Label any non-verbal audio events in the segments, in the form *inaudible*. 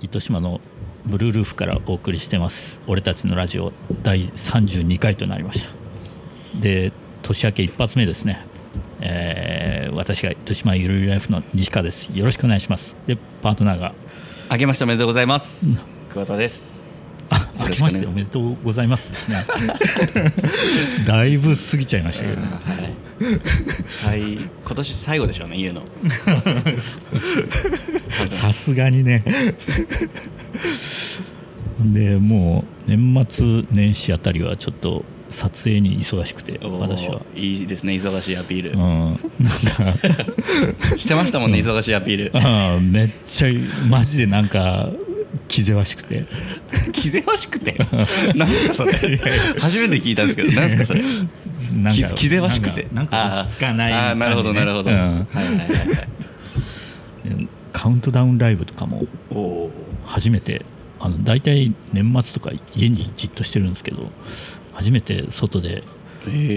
糸島のブルールーフからお送りしてます俺たちのラジオ第32回となりましたで年明け一発目ですね、えー私が糸島ゆるゆるライフの西川ですよろしくお願いしますでパートナーが明けましておめでとうございます。桑田です。あよ明ろしけくまねしておめでとうございますですね *laughs* だいぶ過ぎちゃいましたけどねはい。今年最後でしょうね、言うの。さすがにねでもう年末年始あたりはちょっと撮影に忙しくておー私は。いいですね、忙しいアピーうル。ん、してましたもんね、忙しいアピール。あーめっちゃマジでなんか気ぜわしくて気ぜわしくて。なんすかそれ。初めて聞いたんですけど、なんすかそれ。なんか気気ぜわしくて。なんかなんか落ち着かないあーあー、なるほど、なるほど。はい感はいはいはい。じねうんカウントダウンライブとかもおお。初めてあの大体年末とか家にじっとしてるんですけど初めて外で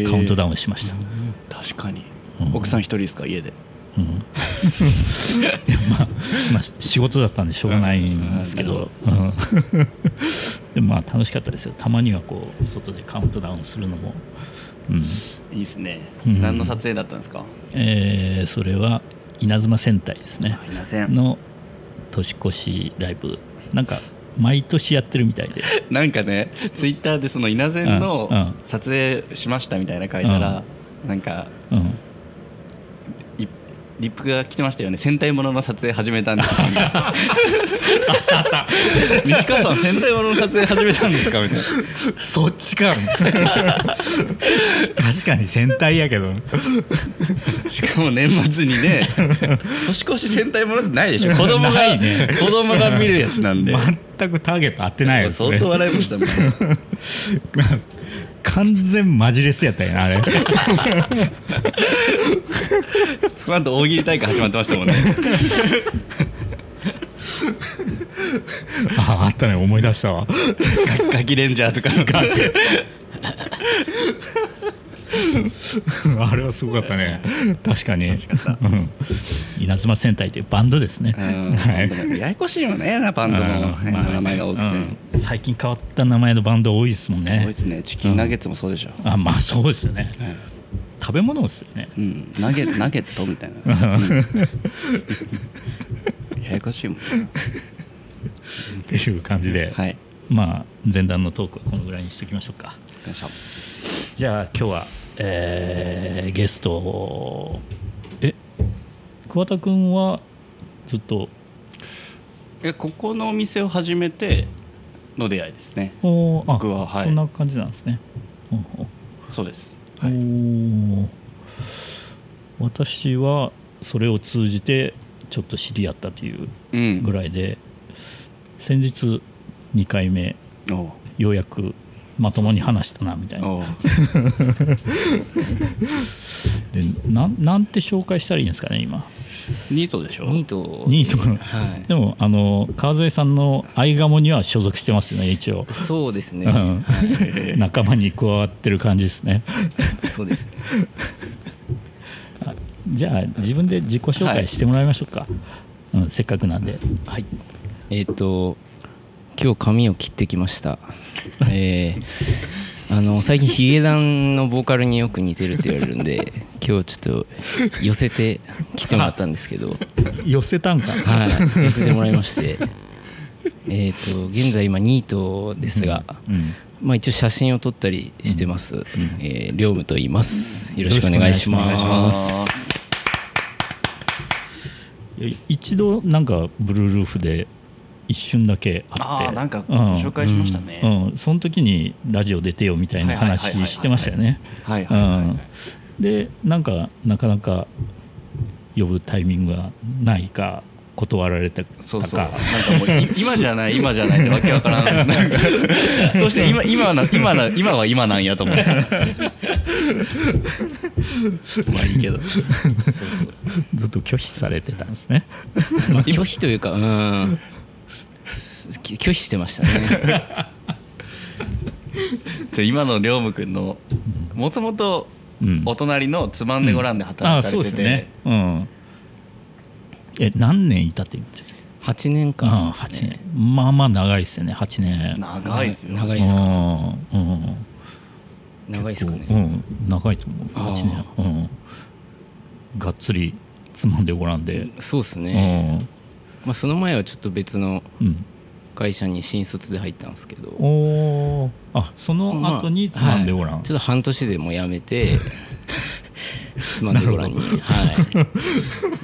カカウントダウン。ウンしました、確かにうん。奥さん一人ですか、家で。うんいやまあ、まあ、仕事だったんでしょうがないんですけど、うん、でもまあ楽しかったですよたまにはこう外でカウントダウンするのも、うんいいですね。うん何の撮影だったんですか。えーそれは稲妻戦隊ですねいません。の年越しライブなんか毎年やってるみたいでなんかねツイッターでその稲膳うんうんの撮影しましたみたいな書いたら、なんかうんリリップが来てましたよね戦隊ものの撮影始めたんですかみたい *laughs* な西川さん戦隊ものの撮影始めたんですかみたいなそっちか確かに戦隊やけど *laughs* しかも年末にね年越し戦隊ものってない *laughs* でしょ子供がないね子供が見るやつなんで全くターゲット合ってないですね相当笑いましたもん完全マジレスやったよなあ *laughs* れその後大喜利大会始まってました *laughs* もんねああったね思い出したわガキレンジャーとかのあれはすごかったね確かにうん稲妻戦隊というバンドですねはいうんややこしいよねバンドのうんまあね名前が多くて、うん最近変わった名前のバンド多いですもん多いねですねチキンナゲッツもそうでしょ、あまあそうですよねはい食べ物ですよねうん、*laughs* ナゲナゲットみたいな、うんややこしいもんねっていう感じで、はいまあ前段のトークはこのぐらいにしておきましょうかよいしょじゃあ今日は、えーゲストをえ桑田君はずっとえここのお店を始めての出会いですねおーあ僕ははいそんな感じなんですね、うんうんそうですおー私はそれを通じてちょっと知り合ったといううんぐらいで、先日2回目おうようやくまともに話したなみたいなおうでなんなんて紹介したらいいんですかね今ニートでしょニートニートのはいでもあの川添さんの「アイガモ」には所属してますよね一応、そうですね、うはん、 *laughs* 仲間に加わってる感じですねいそうですねじゃあ自分で自己紹介してもらいましょうか、うん、せっかくなんではいえっ、と今日髪を切ってき *laughs* ましたえーあの最近ヒゲダンのボーカルによく似てるって言われるんで今日ちょっと寄せて切ってもらったんですけど寄せたんかはい寄せてもらいましてえっと現在今ニートですが、うんまあ一応写真を撮ったりしてます、えー、リョームと言いますよろしくお願いしよろましすくお願いしいや一度なんかブルールーフで一瞬だけあっあてあなんかうご紹介しましたね、うん、その時にラジオ出てよみたいなはいはいはいはいは話いしてましたよねはいうはいはい、んでなんかなかなか呼ぶタイミングがないか断られたかそうそうなんかもうい今じゃない今じゃないってわけわからない *laughs* なんかそして今今な今な今は今なんやと思 *laughs* ってまあいいけどずっと拒否されてたんですねまあ、拒否というか、うん。き拒否してまし *laughs* たね。ちょ今の龍武くんのもともとうんお隣のつまんでごらんでああ働かそうでれてすて、ねうんえ何年いたって言うんじゃ8年う間んです8ね年まあまあ長いですよね8年長いですよ長いっすかうんうん長いですかねうん長いと思うあ8ー年うんがっつりつまんでごらんで、そうですね、まあ、その前はちょっと別のうんうん会社に新卒で入ったんですけどおーあそまの後につまんでごらん、はいちょっと半年でもうや *laughs* めてつまんでごらんに *laughs* は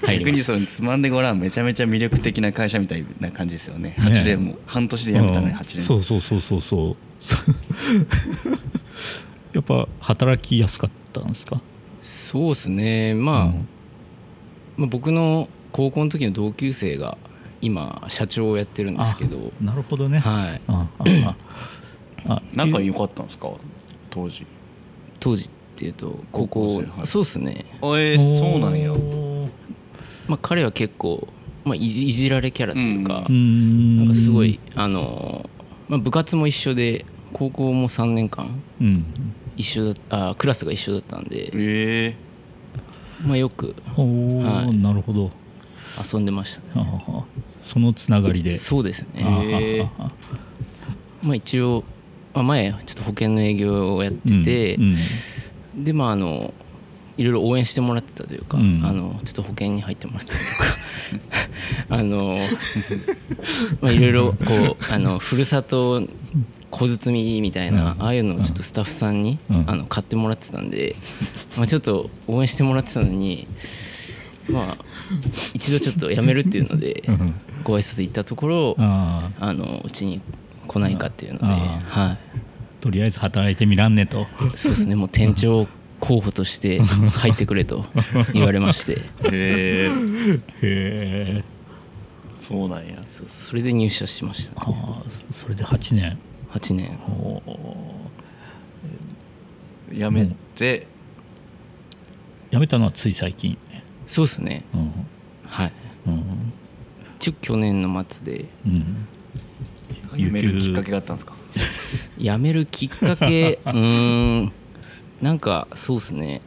い逆入りまにしたそのつまんでごらんめちゃめちゃ魅力的な会社みたいな感じですよねね8年も半年で辞めたのにうん8年そうそうそうそうそう *laughs* やっぱ働きやすかったんですかそうですねまあ、うんまあ僕の高校の時の同級生が今社長をやってるんですけどなるほどね、はいあああ *coughs* あ仲い良かったんですか当時当時っていうと高高校校生はいそうですねあえーそうなんやうまあ彼は結構、まあ、いじいじられキャラというか、うーなんかすごいあのー、まあ、部活も一緒で高校も3年間うん一緒だあークラスが一緒だったんで、ええまあ、よくおお、はいなるほど遊んでましたああそのつながりでねそうですね、ああへえああああまあ、一応、まあ、前ちょっと保険の営業をやってて、うんうんでまああのいろいろ応援してもらってたというか、うんあのちょっと保険に入ってもらったりとか *laughs* あのまあいろいろこうあのふるさと小包みみたいな、うんああいうのをちょっとスタッフさんに、うんあの買ってもらってたんで、まあ、ちょっと応援してもらってたのにまあ一度ちょっとやめるっていうのでうんご挨拶行ったところあああのうちに来ないかっていうので、ああはい。とりあえず働いてみらんね *laughs* とそうですね、もう店長候補と *laughs* して入ってくれと言われまして、へえへえそうなんやそうそれで入社しました、ね、ああそそれで8年8年。おお辞めて辞めたのはつい最近そうですね、うんはい。うん一応去年の末で、うん辞めるきっかけがあったんですか辞めるきっか *laughs* け、うーん、なんかそうですね、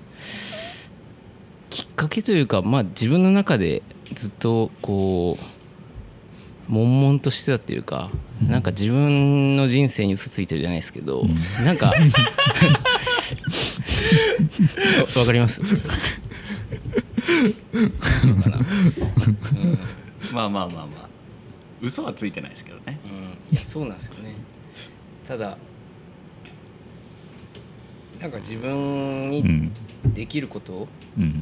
きっかけというか、まあ自分の中でずっとこう、悶々としてたっていうか、なんか自分の人生に嘘ついてるじゃないですけど、なんか、わわかりますまあまあまあまあ嘘はついてないですけどねいやそうなんですよねただなんか自分うにんできることうん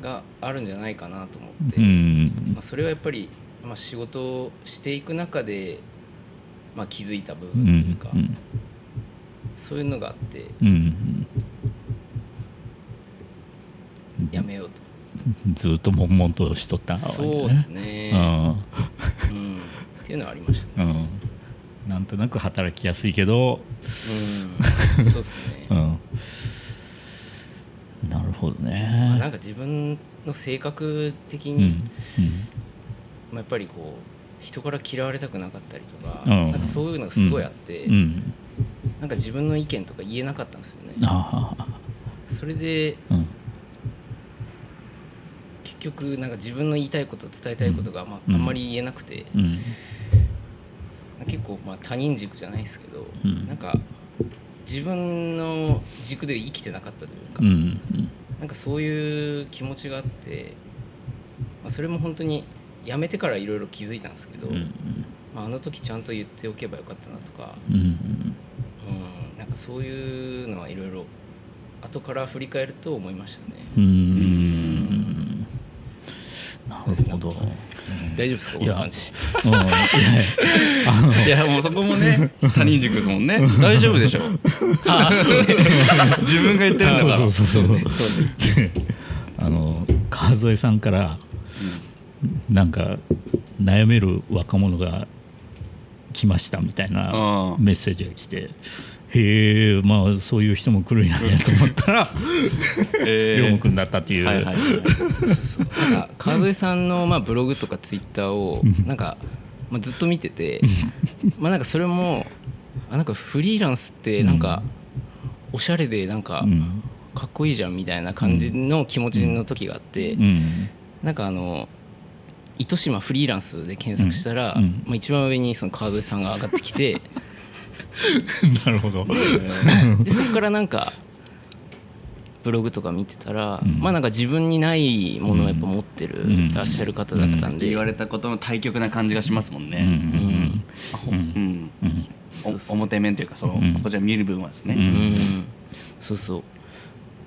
があるんじゃないかなと思って、うんまあ、それはやっぱり、まあ、仕事をしていく中で、まあ、気づいた部う分というんか、そういうのがあってうんやめようと、ずーっと悶々としとったそうですね、うんっていうのはありましたね、うんうんなんとなく働きやすいけどうん、そうですね、うんなるほどまあねなんか自分の性格的うに、んまあ、やっぱりこう人から嫌われたくなかったりとか,、うんなんかそういうのがすごいあって、うんうんなんか自分の意見とか言えなかったんですよねああそれでうん結局なんか自分の言いたいこと伝えたいことが、まあ、うんあんまり言えなくて、うん結構まあ他人軸じゃないですけど、うんなんか自分の軸で生きてなかったというか、うんなんかそういう気持ちがあって、まあ、それも本当にやめてからいろいろ気づいたんですけど、うんまあ、あの時ちゃんと言っておけばよかったなとか、うんうん、なんかそういうのはいろいろ後から振り返ると思いましたね。うんなるほど大丈夫ですかこいやの感じ。うんいやいやもうそこもね他人軸ですもんね大丈夫でしょあーそうね自分が言ってるんだからそうそうそうそうそうねあの川添さんからなんか悩める若者が来ましたみたいなうんメッセージが来てへえまあそういう人も来るんやねと思ったらえ龍馬くんだったっていう、はいはいはいそうそうなんか川添さんのまあブログとかツイッターをなんかまあずっと見てて、まあなんかそれもあなんかフリーランスってなんかおしゃれでなんかうんかっこいいじゃんみたいな感じの気持ちの時があってう、んなんかあの糸島フリーランスで検索したら、うんうんまあ、一番上にその川添さんが上がってきてなるほどでそこからなんかブログとか見てたら、うんまあなんか自分にないものをやっぱ持ってる、うんらっしゃる方だったんで、言われたことの対極な感じがしますもんうんね。あほううんんうんお表面というかその、うんこちら見る分はですね、うんうんそうそう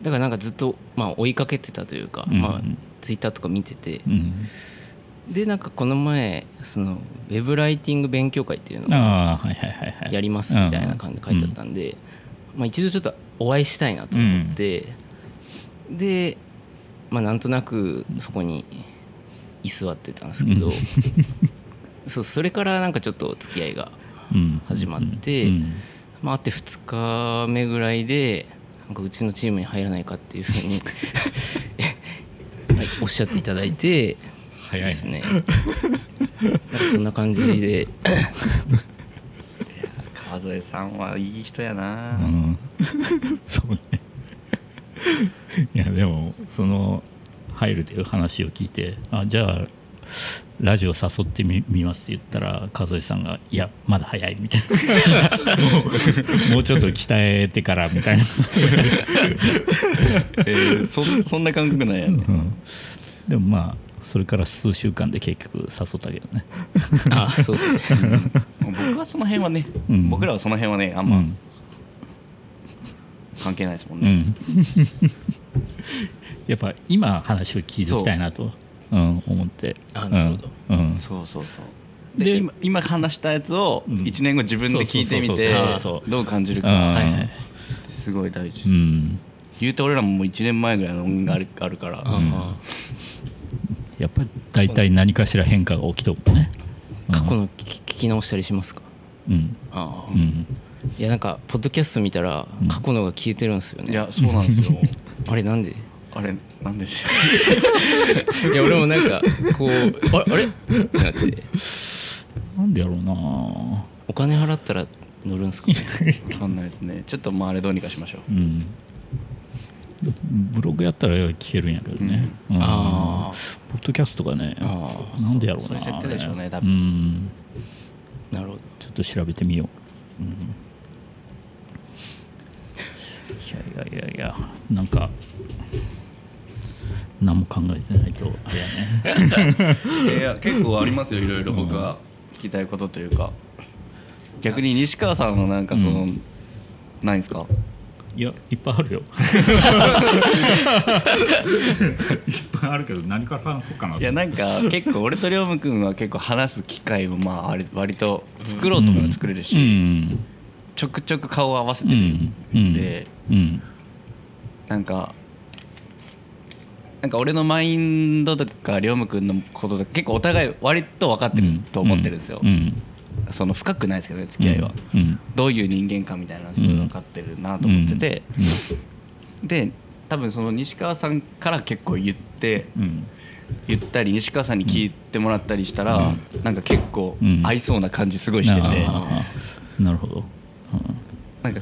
だからなんかずっと、まあ、追いかけてたというか、うんまあ、ツイッターとか見ててう、んでなんかこの前そのウェブライティング勉強会っていうのをああはいはいはいはいやりますみたいな感じで書いてあったんで、まあ、一度ちょっとお会いしたいなと思って、で、まあ、なんとなくそこに居座ってたんですけど、 *laughs* うんそうそれからなんかちょっと付き合いが、うん始まってうんまあ、あって2日目ぐらいでなんかうちのチームに入らないかっていう *laughs* ふうにはいおっしゃっていただいて。早いでねすね。なんかそんな感 *laughs* じで、川添さんはいい人やな、うん、そうねいやでもその入るという話を聞いてあじゃあラジオ誘ってみ見ますって言ったら和江さんが「いやまだ早い」みたいなもうもうちょっと鍛えてからみたいな、えーそそんな感覚なんやねうんでもまあそれから数週間で結局誘ったけどねあ、そうですね。僕はその辺はね、うん僕らはその辺はねああんま関係ないですもんね、 *laughs* やっぱ今話を聞いておきたいなと、うん、思ってあなるほどうんうんそうそうそうで今今話したやつをうん1年後自分で聞いてみてそうそうそうそうそうどう感じるうんかはいはいってすごい大事です、うん言うて俺らももう1年前ぐらいの運があるあるから、あやっぱり大体何かしら変化が起きとるねー過去の聞き聞き直したりしますか。うんあうーんいや、なんかポッドキャスト見たら、過去のが消えてるんですよいね。やそうなんですよ *laughs* あれ、なんで。あれなんですよいや、俺もなんか、 *laughs* こう、あれ、あれ、なんて、なんでやろう *laughs* なお金払ったら乗るんですかね。わかんないですねちょっとまああれどうにかしましょううんブログやったら聞けるんやけどね、うんあポッドキャストがねあーなんでやろうなそうそういう設定でしょうねあれ多分うんなるほど。ちょっと調べてみよう、うんいやいやいやいやなんか何も考えてないとあれやねいや結構ありますよいろいろ僕は聞きたいことというか逆に西川さんのなんかその、ないんですかいやいっぱいあるよいっぱいあるけど何から話そうかないやなんか結構俺と龍く君は結構話す機会もまああれ割と作ろうと思えば作れるし、うんちょくちょく顔を合わせうてるんうんんで、うんなんかなんか俺のマインドとか龍く君のこととか結構お互い割と分かってると思ってるんですよ、うんその深くないですけどね付き合いは、うんどういう人間かみたいなのすごい分かってるなと思ってて、で多分その西川さんから結構言ってうん言ったり西川さんに聞いてもらったりしたら、なんか結構うん合いそうな感じすごいしてて、あーなるほど、なんか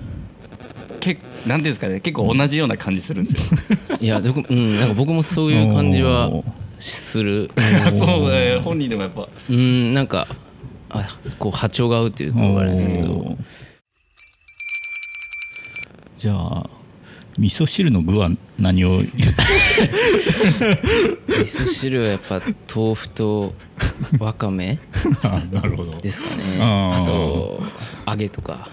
けなんていうんですかね結構同じような感じするんですよ。いや、でも、うん、なんか僕もそういう感じはおーする。 *laughs* そうね本人でもやっぱ *laughs* うん、なんか、あ、こう波長が合うっていううのん、があれですけど。じゃあ味噌汁の具は何を味噌汁はやっぱ豆腐とわかめ *laughs* あなるほどですかねあーあと揚げとか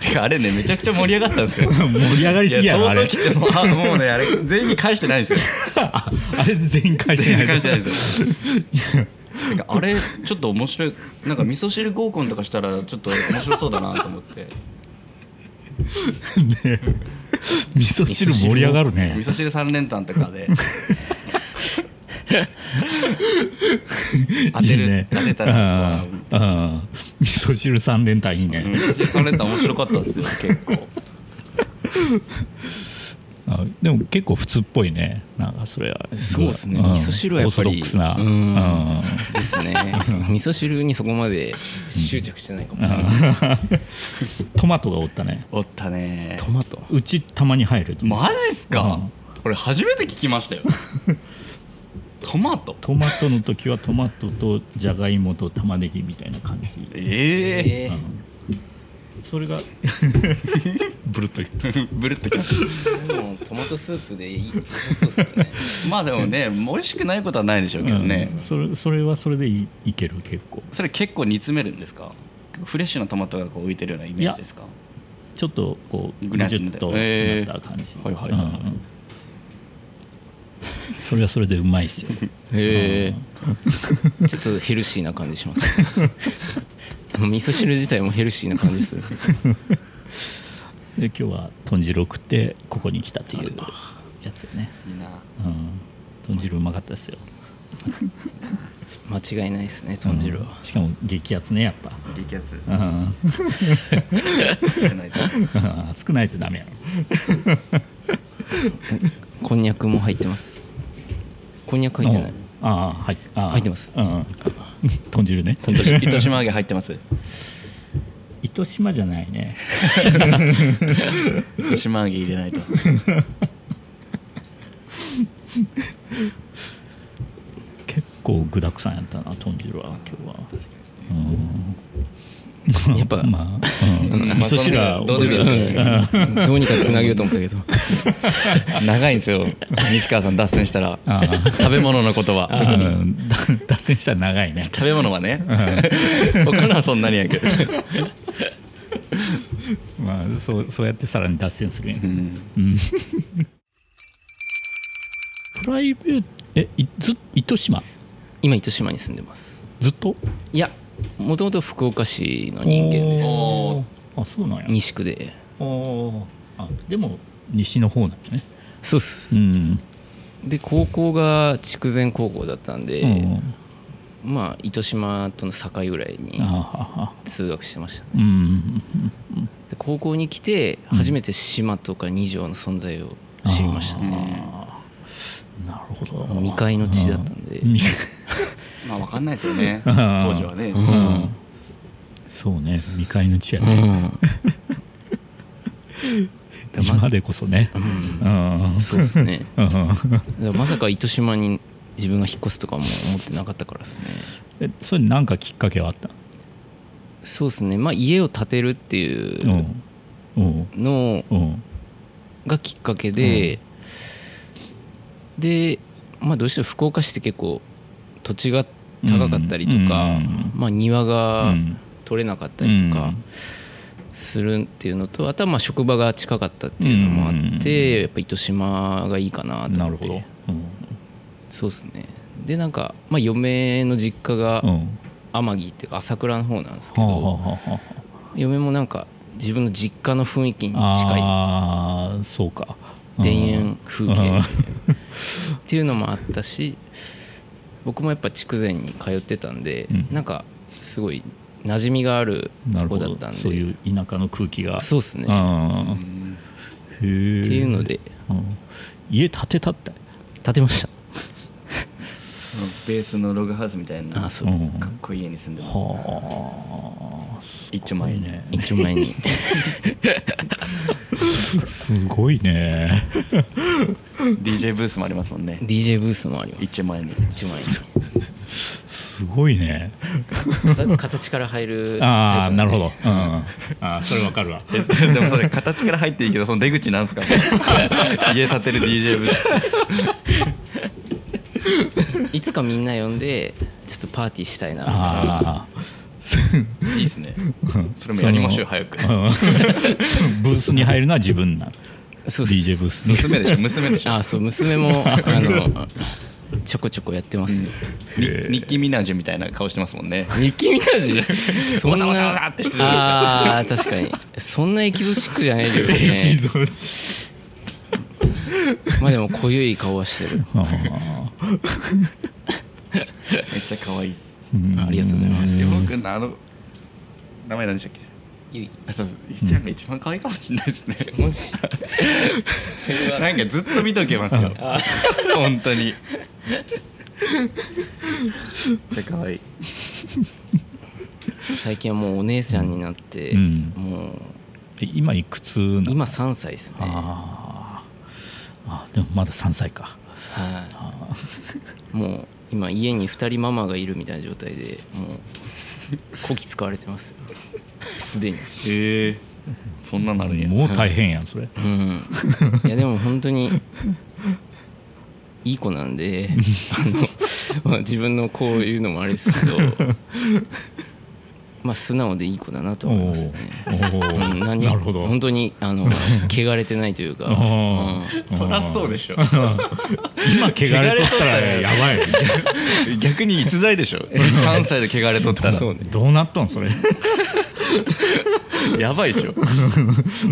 てかあれねめちゃくちゃ盛り上がったん *laughs* ですよ。盛り上がりいすぎややそろあのれ時ってもうあもうねあれ全員に返してないんですよ。あ *laughs* あれ全員返して全然ない返してないですよ。 *laughs* てかあれちょっと面白いなんか味噌汁合コンとかしたらちょっと面白そうだなと思って味噌汁盛り上がるね味噌汁三連単と *laughs* かで当てるいいね当てたらうんうん味噌汁三連単いいね、うん味噌汁三連単面白かった *laughs* ですよ結構あでも結構普通っぽいねなんかそれはそうですねん味噌汁はやっぱりオーソドックスなうんうん *laughs* です *laughs* ね味噌汁にそこまで執着してないかもなトマトがおったねおったねトマトうちたまに入るマジっすか、うんこれ初めて聞きましたよトマトトマトの時はトマトとじゃがいもと玉ねぎみたいな感じえええあのそれがブルッといった *laughs* ブルッときましーもうトマトスープでいい良さそうですよねたまあでもね美味しくないことはないでしょうけどね、うんそれそれはそれでいいける結構それ結構煮詰めるんですかフレッシュなトマトがこう浮いてるようなイメージですかちょっとこうグぐニじャっゅてっなったとえなーった感じ、はいはいうんうんそれはそれでうまいですよ *laughs* へえちょっとヘルシーな感じしますもう味噌汁自体もヘルシーな感じするで今日は豚汁を食ってここに来たというやつよね、いいなうん、豚汁うまかったですよ間違いないですね豚汁は、うんしかも激アツねやっぱ激アツうん *laughs* じゃないとうん熱くないとダメやろこんにゃくも入ってますこんにゃく入ってないああはいああ入ってますうん *laughs* うん豚汁ね糸島糸島揚げ入ってます *laughs* 糸島じゃないね糸島揚げ入れないと結構具だくさんやったな豚汁は今日はうんやっぱまあ、うん、味噌汁はどうでもいいですうんどうにかつなげようと思ったけど *laughs* 長いんですよ西川さん脱線したらああ食べ物のことはあ特にうんだ *laughs* 脱線したら長いね食べ物はね他のはそんなにやけどまあそうそうやってさらに脱線するんや *laughs* うんプライベートえいず糸島今糸島に住んでますずっといやもともと福岡市の人間ですおーあそうなんや西区でおーあでも西の方なんやねそうっす、うん、で高校が筑前高校だったんで、うんまあ糸島との境ぐらいにあはは通学してましたねうんうんで高校に来て初めて島とか二条の存在を知りましたね、うんなるほどもう未開の地だったんで、みまあわかんないですよねうん当時はねうんそうね未開の地やうね、ん今でこそねうんそうですねうんだからまさか糸島に自分が引っ越すとかも思ってなかったからですねえそれなんかきっかけはあったそうですねまあ家を建てるっていううんうんのをうんがきっかけで、で、まあ、どうしても福岡市って結構土地が高かったりとか、うんまあ、庭うがん取れなかったりとうかんするっていうのとあとはまあ職場が近かったっていうのもあって、やっぱ糸島がいいかなとな思るほってどうんそうですねでなんか、まあ、嫁の実家がうん天城っていうか朝倉の方なんですけはあど、はあはあは嫁もなんか自分の実家の雰囲気にあ近いああそうか田園風うん *laughs* 景っていうのもあったし僕もやっぱ筑前に通ってたんで、うんなんかすごい馴染みがあるなとるこほだったんどでそういう田舎の空気がそうですねっあへえていうので家建てたって建てましたそのベースのログハウスみたいなあかそう、んっこいい家に住んでますはあす一丁ご前いにね一丁 *laughs* 前にすごいね DJ ブースもありますもんね DJ ブースもあります一丁前に一丁すごいね前に形から入るああなるほどど、 *laughs* うん、ああそれわかるわえ *laughs* でもそれ形から入っていいけどその出口な *laughs* んすか家建てる DJ ブースいつかみんな呼んでちょっとパーティーしたいなみたいなああ *laughs* いいっすねそれもやりましょう早くうんブースに入るのは自分なのそうっす DJ ブースに娘でしょ娘でしょあそう娘もあのちょこちょこやってますよ、ニへえニッキー・ミナージュみたいな顔してますもんねミッキー・ミナージ *laughs* そんなわさわさわさってしてるじあー確かにそんなエキゾチックじゃないけどエキねゾチまあでも濃ゆい顔はしてるああめっちゃ可愛いっすうんありがとうございます山本君のあの名前何でしたっけゆいあそうそうゆきちゃんが一番可愛いかもしれないです *laughs* ね、もしそれはなんかずっと見とけますよ本当にめっちゃ可愛い最近はもうお姉さんになって、うんもうえ今いくつなの今3歳ですねあああでもまだ3歳かはもう今家に2人ママがいるみたいな状態でもうこき使われてますよ *laughs* すでにへえそんななるんやもう大変やんそれうんいやでも本当にいい子なんであの、まあ、自分のこういうのもあれですけどま *laughs* あ素直でいい子だなと思いますねおーおーうん何なるほど本当にあの汚れてないというか、あうんそりゃそうでしょ今汚れとったらやばいよね逆に逸材で *laughs* しょ3歳で汚れとったらそうどうなっとんそれやばいでしょだか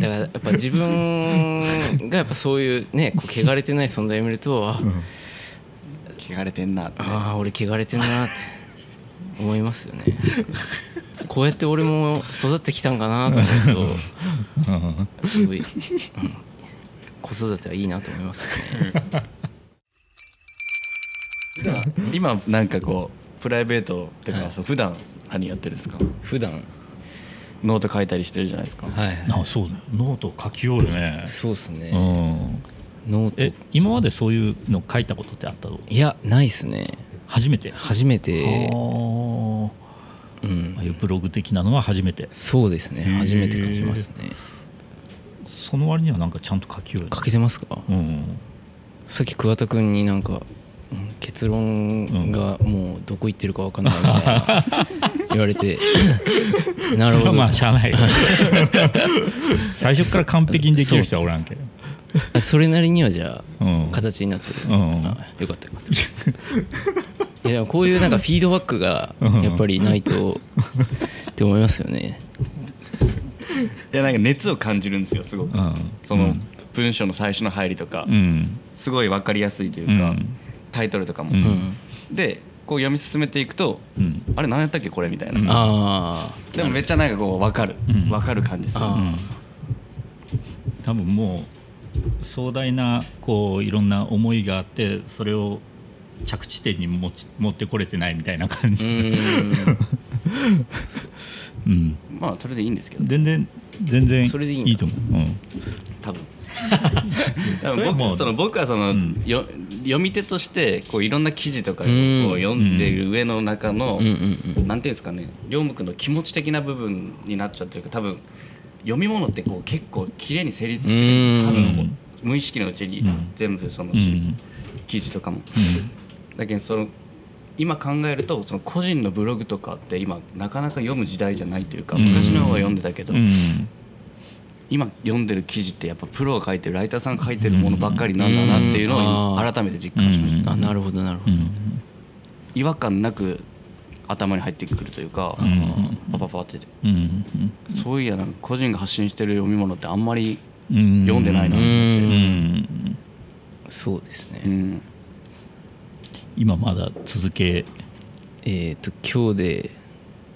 らやっぱ自分がやっぱそういうねこう汚れてない存在を見るとあ汚れてんなってあー俺汚れてんなって思いますよ *laughs* ねこうやって俺も育ってきたんかなと思ううんとすごい、うん子育てはいいなと思いますね今なんかこうプライベートってかそう普段何やってるんですか普段はいノート書いたりしてるじゃないですかはいあそうノート書きよるねそうですうねんノーえト今までそういうの書いたことってあったのいやないですね初めて初めあてーうんああいうブログ的なのは初めてそうですねー初めて書きますねその割にはなんかちゃんと書きよるね書けてますかうんさっき桑田君になんかうん結論がもうどこ行ってるか分かんないみたいな言わ *laughs* れてなそれるはほどまあしゃあない最初から完璧にできる人はおらんけどあそれなりにはじゃあ、うん形になってる、うんあよかったよかったいやでもこういうなんかフィードバックがやっぱりないとって思いますよねいやなんか熱を感じるんですよすごくうんその文章の最初の入りとかうんすごい分かりやすいといううかんタイトルとかもううん、でこう読み進めていくとうんあれ何やったっけこれみたいなあでもめっちゃなんかこう分かるうん分かる感じするあー多分もう壮大なこういろんな思いがあってそれを着地点に持ち持ってこれてないみたいな感うじ、ーうんまあそれでいいんですけど全然全然それでいいんだいいと思う、うん、ん多分でそれはももう僕その僕はその、うんよ読み手としてこういろんな記事とかをこうんう読んでる上の中の、うんうんうんなんていうんですかね龍武君の気持ち的な部分になっちゃうというか多分読み物ってこう結構綺麗に成立してるんですよ多う分んもう無意識のうちにうん全部その、うん記事とかも。だけどその今考えるとその個人のブログとかって今なかなか読む時代じゃないというかうん昔の方は読んでたけど、うん今読んでる記事ってやっぱプロが書いてるライターさんが書いてるものばっかりなんだなっていうのをうんあ今ー改めて実感しました、あなるほどなるほうど、ん違和感なく頭に入ってくるというか、んパパパっててうんそういやなんか個人が発信してる読み物ってあんまりうん読んでないなとう、思って、うんんそうですね、うん今まだ続けえっ、と今日で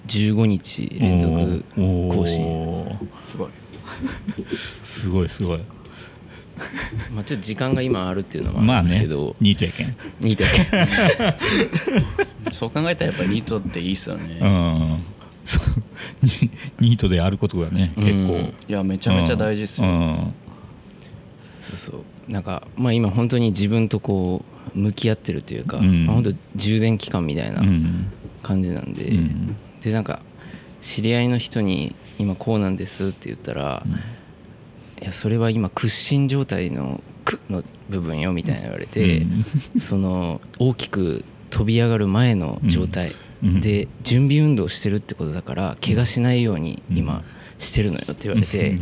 15日連続おー更新おーすごいすごいすごいまあちょっと時間が今あるっていうのもまああるんですねけど、ニートやけんニートや *laughs* けそう考えたらやっぱりニートっていいっすよね、うんそうニニートであることがね結構、うんいやめちゃめちゃ大事っすよ、うんそうそうなんかまあ今本当に自分とこう向き合ってるというか、うんまあ、本当充電期間みたいなうん感じなんで、うんでなんか知り合いの人に「今こうなんです」って言ったら「いやそれは今屈伸状態の「く」の部分よみたいな言われて、その大きく飛び上がる前の状態うんで準備運動してるってことだから怪我しないようにうん今してるのよって言われて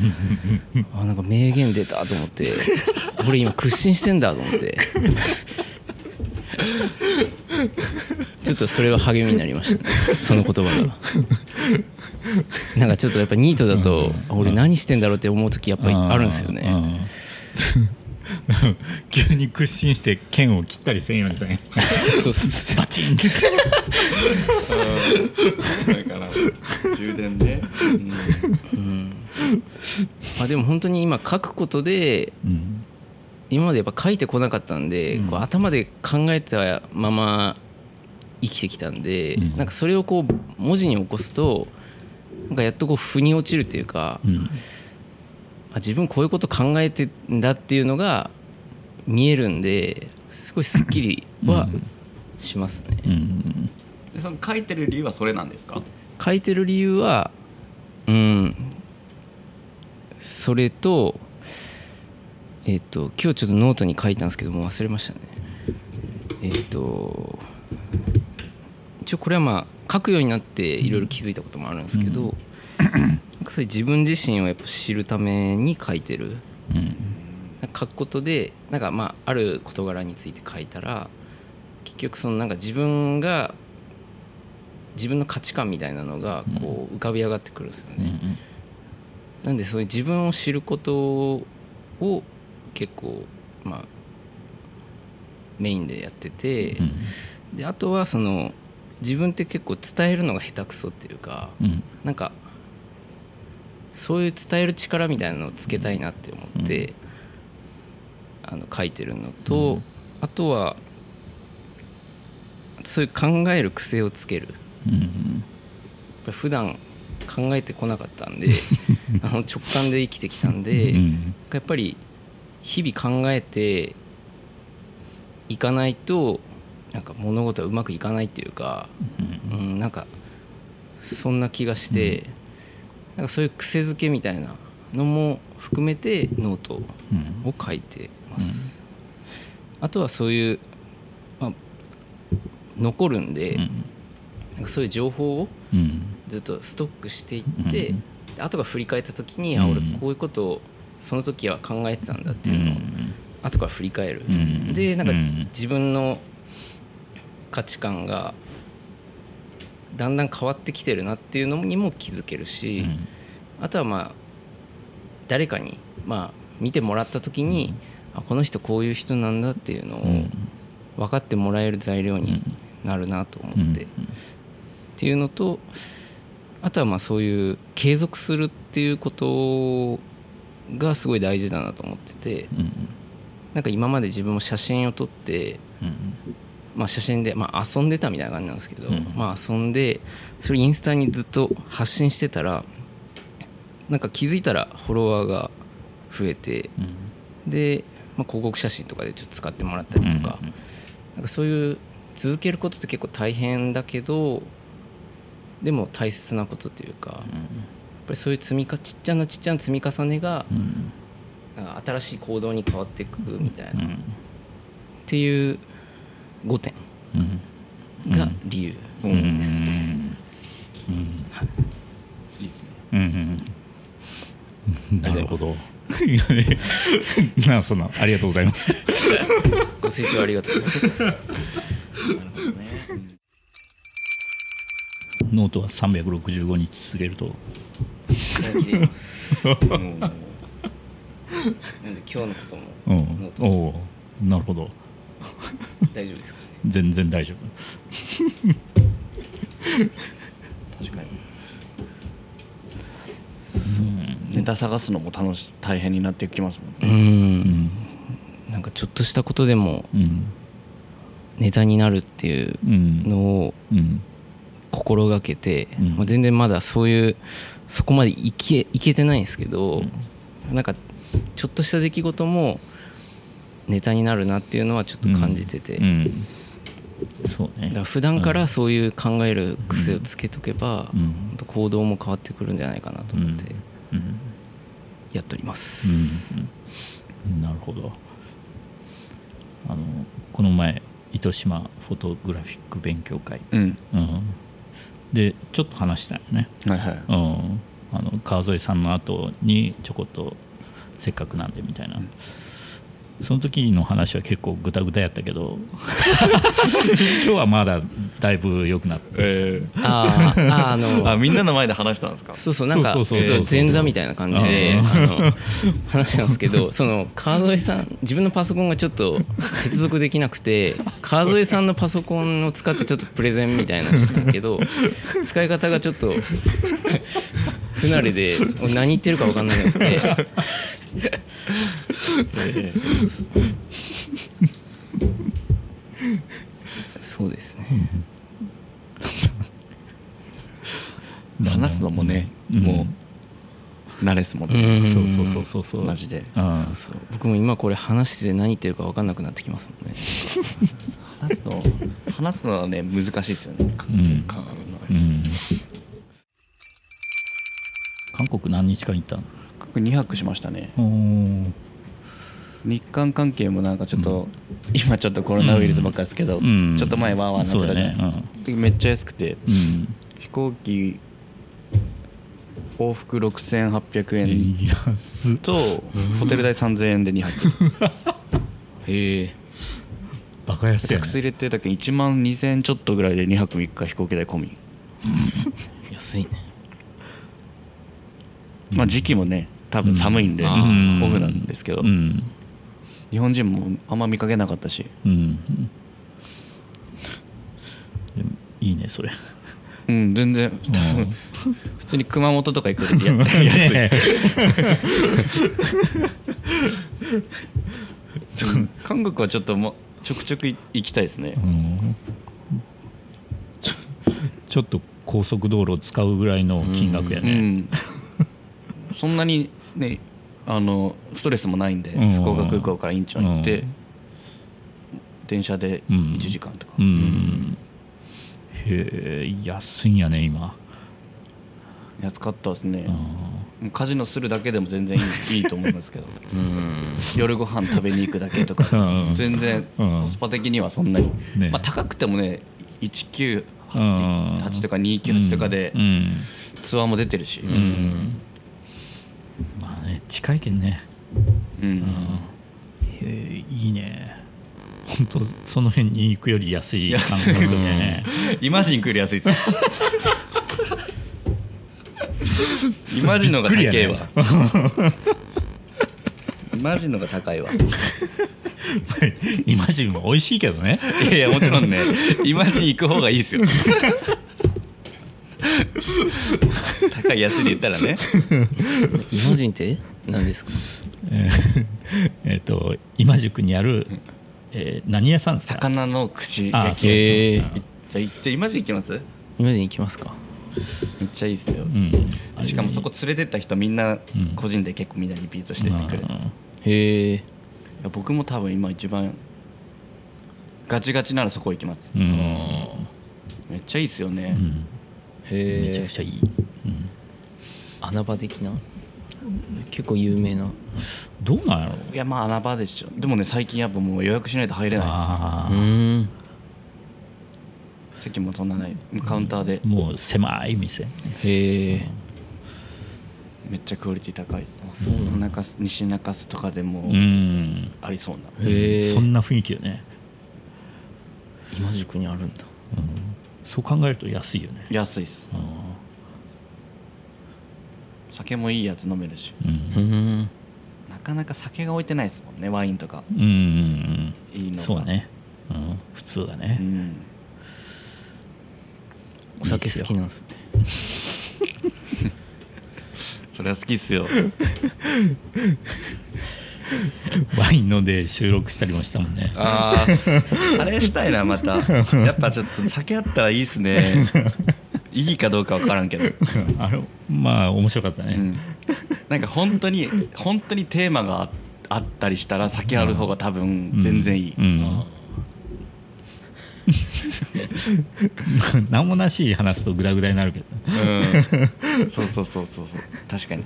あなんか名言出たと思って俺今屈伸してんだと思ってちょっとそれは励みになりましたねその言葉がなんかちょっとやっぱニートだと俺何してんだろうって思う時やっぱりあるんですようねん急に屈伸して剣を切ったりせんようにせんそうそうそうバチンってだから充電で、まあでも本当に今書くことでうん今までやっぱ書いてこなかったんで、うんこう頭で考えたまま生きてきたんで、うんなんかそれをこう文字に起こすとなんかやっとこう腑に落ちるというか、うんあ自分こういうこと考えてんだっていうのが見えるんですごいすっきりはしますね、うんでその書いてる理由はそれなんですか書いてる理由はうんそれとえっ、と今日ちょっとノートに書いたんですけどもう忘れましたねえっ、と一応これはまあ書くようになっていろいろ気づいたこともあるんですけど、うんなんかそういう自分自身をやっぱ知るために書いてるうんなんか書くことでなんかまあある事柄について書いたら結局そのなんか自分が自分の価値観みたいなのがこう浮かび上がってくるんですようね。んなんでそういう自分を知ることを結構まあメインでやっててうんであとはその自分って結構伝えるのが下手くそっていうかうんなんかそういう伝える力みたいなのをつけたいなって思って、あの書いてるのうと、んあとはそういう考える癖をつけるやうっんぱり普段考えてこなかったん *laughs* であの直感で生きてきたんで、うなんんかやっぱり日々考えていかないとなんか物事はうまくいかないっていうか。うん、なんかそんな気がして、なんかそういう癖づけみたいなのも含めてノートをうん書いてます、あとはそういう、まあ、残るんで、なんかそういう情報をうんずっとストックしていって、うんで後が振り返った時に、あうん俺こういうことをその時は考えてたんだっていうのを後から振り返る、うんでなんかうん自分の価値観がだんだん変わってきてるなっていうのにも気づけるし、あとはまあ誰かにまあ見てもらった時に、あこの人こういう人なんだっていうのうをん分かってもらえる材料になるなと思って、っていうのとあとはまあそういう継続するっていうことがすごい大事だなと思っててうんなんか今まで自分も写真を撮ってうんまあ、写真で、まあ、遊んでたみたいな感じなんですけど、うんまあ、遊んでそれインスタにずっと発信してたらなんか気づいたらフォロワーが増えてうんで、まあ、広告写真とかでちょっと使ってもらったりとか,、うんなんかそういう続けることって結構大変だけどでも大切なことというかやっぱりそういう積みかちっちゃなちっちゃな積み重ねがうんなんか新しい行動に変わっていくみたいな、うっんていう5点うんが理由。うんうんいいですねうんうんなるほどありがとうございま。なそんなありがとうございます。ご清聴ありがとうございます。ノートは365日続けると。もうもうなんで今日のこともうんノー。トおお、なるほど。大丈夫ですかね。全然大丈夫。確かにうんネタ探すのも楽し大変になってきますもんねうう。んんなんかちょっとしたことでもうんネタになるっていううんのをうん心がけて、うんまあ、全然まだそういうそこまでいけいけてないんですけど、なんかちょっとした出来事もネタになるなっていうのはちょっと感じてて、うんそうねだから普段からそういう考える癖をつけとけば、うん本当行動も変わってくるんじゃないかなと思ってうんうんやっております。うんなるほどあのこの前糸島フォトグラフィック勉強会、うんうん、でちょっと話したよね、はいはいうん、あの川添さんの後にちょこっとせっかくなんでみたいな、その時の話は結構グダグダやったけ *laughs* ど今日はまだだいぶ良くなってえあーあーあのーあみんなの前で話したんですかそうそうなんかちそょうっそうそうそうと前座みたいな感じうでんあの話したんですけ *laughs* どその川添さん自分のパソコンがちょっと接続できなくて川添さんのパソコンを使ってちょっとプレゼンみたいなのしたけど使い方がちょっと不慣れでもう何言ってるか分かんなくてそうですね話すのもね、うんもう慣れっすもんね、うんそうそうそうそうそうマジでうんそうそう僕も今これ話して何言ってるか分かんなくなってきますもんね話すの話すのはね難しいですよねかうん感覚のあうれん韓国何日間行ったの韓国2泊しましたねおー日韓関係もなんかちょっと、今ちょっとコロナウイルスばっかですけど、うんちょっと前ワーワーなってたじゃないですか、そうだねでめっちゃ安くてうん飛行機往復6800円安っとホテル代3000円で2泊へえバカ安だよ客ね数入れてだけ1万2000円ちょっとぐらいで2泊3日飛行機代込み安いねまあ時期もね多分寒いんで、うんオフなんですけど、うん日本人もあんま見かけなかったしうんでもいいねそれうん全然多分普通に熊本とか行く *laughs* よりや安いちょ韓国はちょっともうちょくちょく行きたいですねうんちょちょっと高速道路を使うぐらいの金額やうねんそんなにねあのストレスもないんでうん福岡空港からインチョン行ってうん電車でうん1時間とかうん、へえ安いんやね今安かったですねうんもうカジノするだけでも全然いいいいと思いますけどうん夜ご飯食べに行くだけとかうん全然うんコスパ的にはそんなに、ねまあ高くてもね198うんとか298とかでうんうんツアーも出てるし、うんまあね近いけんねうんへえいいね本当その辺に行くより安い感安い覚ねイマジン来る安 *laughs* いっすイマジンの方が高いわ、イマジンの方が高いわイマジンも美味しいけど *laughs* ねいやいやもちろんねイマジン行く方がいい *laughs* ですよ高い安いで言ったらね日本人って何ですかえーえっと今宿にある、えー何屋さんですか魚の串あ焼そうそうきへえいじゃあ行ってイマジン行きます日本人行きますかめっちゃいいっすよ、うんしかもそこ連れてった人みんな個人で結構みんなリピートしてってくれてます、いへえや僕も多分今一番ガチガチならそこ行きますうん、めっちゃいいっすようね、んめちゃへくちゃえいい、うん穴場的な結構有名などうなんやろいやまあ穴場でしょでもね最近やっぱもう予約しないと入れないあうーーんです席もそんなないカウンターでもう狭い店へえめっちゃクオリティ高いっすそうなんだ中洲西中洲とかでもうんありそうな、へえそんな雰囲気よね、今宿にあるんだうん、そう考えると安いよね安いっす酒もいいやつ飲めるしうんうーんなかなか酒が置いてないですもんねワインとかうんうんうんいいのがそうね、うん、普通だねう、んお酒好きなんですねそれは好きっすよワイン飲んで収録したりもしたもんねあーあれしたいな *laughs* またやっぱちょっと酒あったらいいっすねいいかどうか分からんけど、 *laughs* あれまあ面白かったうね、ん、なんか本当に本当にテーマがああったりしたら酒ある方が多分全然いい、うんうん *laughs* 何もなし話すとグダグダになるけどうん、そうそうそうそうそう確かにん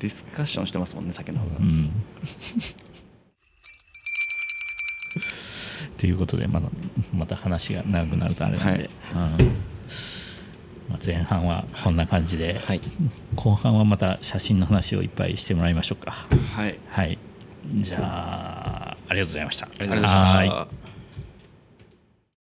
ディスカッションしてますもんね酒の方が、うんということでまだまた話が長くなるとあれなんで、うんまあ前半はこんな感じで、はい後半はまた写真の話をいっぱいしてもらいましょうかはいはいじゃあありがとうございましたありがとうございましたあー